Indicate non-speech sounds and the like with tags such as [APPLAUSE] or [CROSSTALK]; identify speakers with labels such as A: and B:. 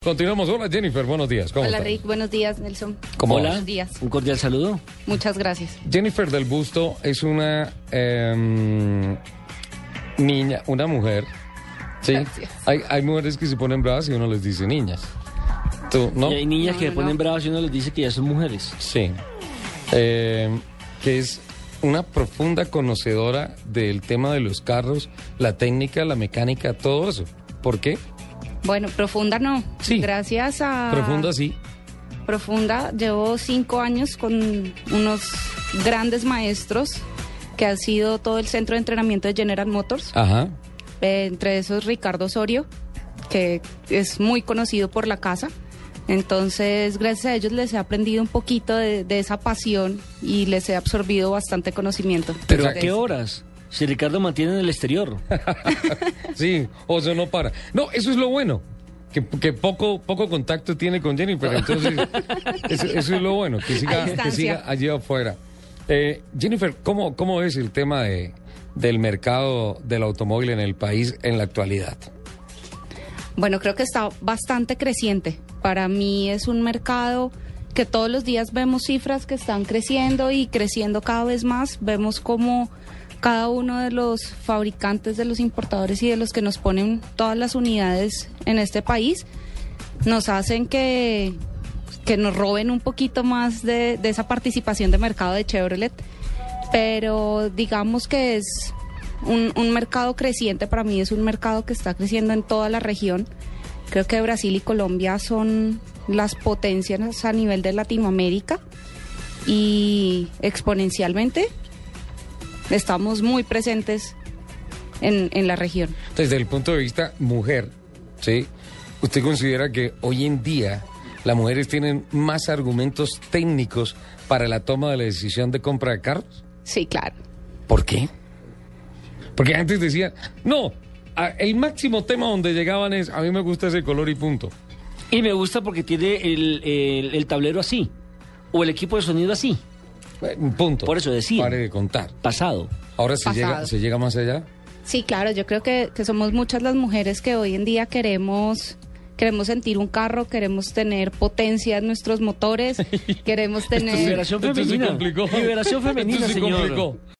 A: Continuamos. Hola Jennifer, buenos días. ¿Cómo
B: Hola
A: está?
B: Rick, buenos días Nelson.
A: ¿Cómo
C: Hola,
B: Buenos días.
C: un cordial saludo.
B: Muchas gracias.
A: Jennifer del Busto es una em, niña, una mujer. Sí.
B: Gracias.
A: Hay, hay mujeres que se ponen bravas y uno les dice niñas. ¿Tú no?
C: Y hay niñas
B: No,
C: que
B: no,
C: ponen
B: no.
C: bravas y uno les dice que ya son mujeres.
A: Sí. Em, que es una profunda conocedora del tema de los carros, la técnica, la mecánica, todo eso. ¿Por qué?
B: Bueno, profunda no.
A: Sí.
B: Gracias a
A: Profunda sí.
B: Profunda llevo cinco años con unos grandes maestros que ha sido todo el centro de entrenamiento de General Motors.
A: Ajá.
B: Eh, entre esos Ricardo Osorio, que es muy conocido por la casa. Entonces, gracias a ellos les he aprendido un poquito de, de esa pasión y les he absorbido bastante conocimiento.
C: ¿Pero a
B: De
C: qué
B: eso.
C: horas? Si Ricardo mantiene en el exterior.
A: Sí, o sea, no para. No, eso es lo bueno. Que, que poco, poco contacto tiene con Jennifer. Entonces, eso, eso es lo bueno, que
B: A
A: siga, que
B: distancia.
A: siga allí afuera. Eh, Jennifer, ¿cómo, ¿cómo es el tema de, del mercado del automóvil en el país en la actualidad?
B: Bueno, creo que está bastante creciente. Para mí es un mercado que todos los días vemos cifras que están creciendo y creciendo cada vez más. Vemos cómo cada uno de los fabricantes, de los importadores y de los que nos ponen todas las unidades en este país, nos hacen que, que nos roben un poquito más de, de esa participación de mercado de Chevrolet. Pero digamos que es un, un mercado creciente, para mí es un mercado que está creciendo en toda la región. Creo que Brasil y Colombia son las potencias a nivel de Latinoamérica y exponencialmente estamos muy presentes en, en la región.
A: Desde el punto de vista mujer, ¿sí? ¿Usted considera que hoy en día las mujeres tienen más argumentos técnicos para la toma de la decisión de compra de carros?
B: Sí, claro.
A: ¿Por qué? Porque antes decían, no, a- el máximo tema donde llegaban es, a mí me gusta ese color y punto.
C: [LAUGHS] Y me gusta porque tiene el, el- el tablero así. O el equipo de sonido así.
A: Eh, Punto.
C: Por eso decían.
A: Pare de contar.
C: Pasado.
A: Ahora se
B: Pasado.
A: llega, se llega más allá.
B: Sí, claro, yo creo que, que somos muchas las mujeres que hoy en día queremos queremos sentir un carro, queremos tener potencia en nuestros motores, queremos tener
C: Liberación
A: Esto se
C: femenina.
A: complicó.
C: Liberación femenina,
A: Esto se
C: señor.
A: complicó.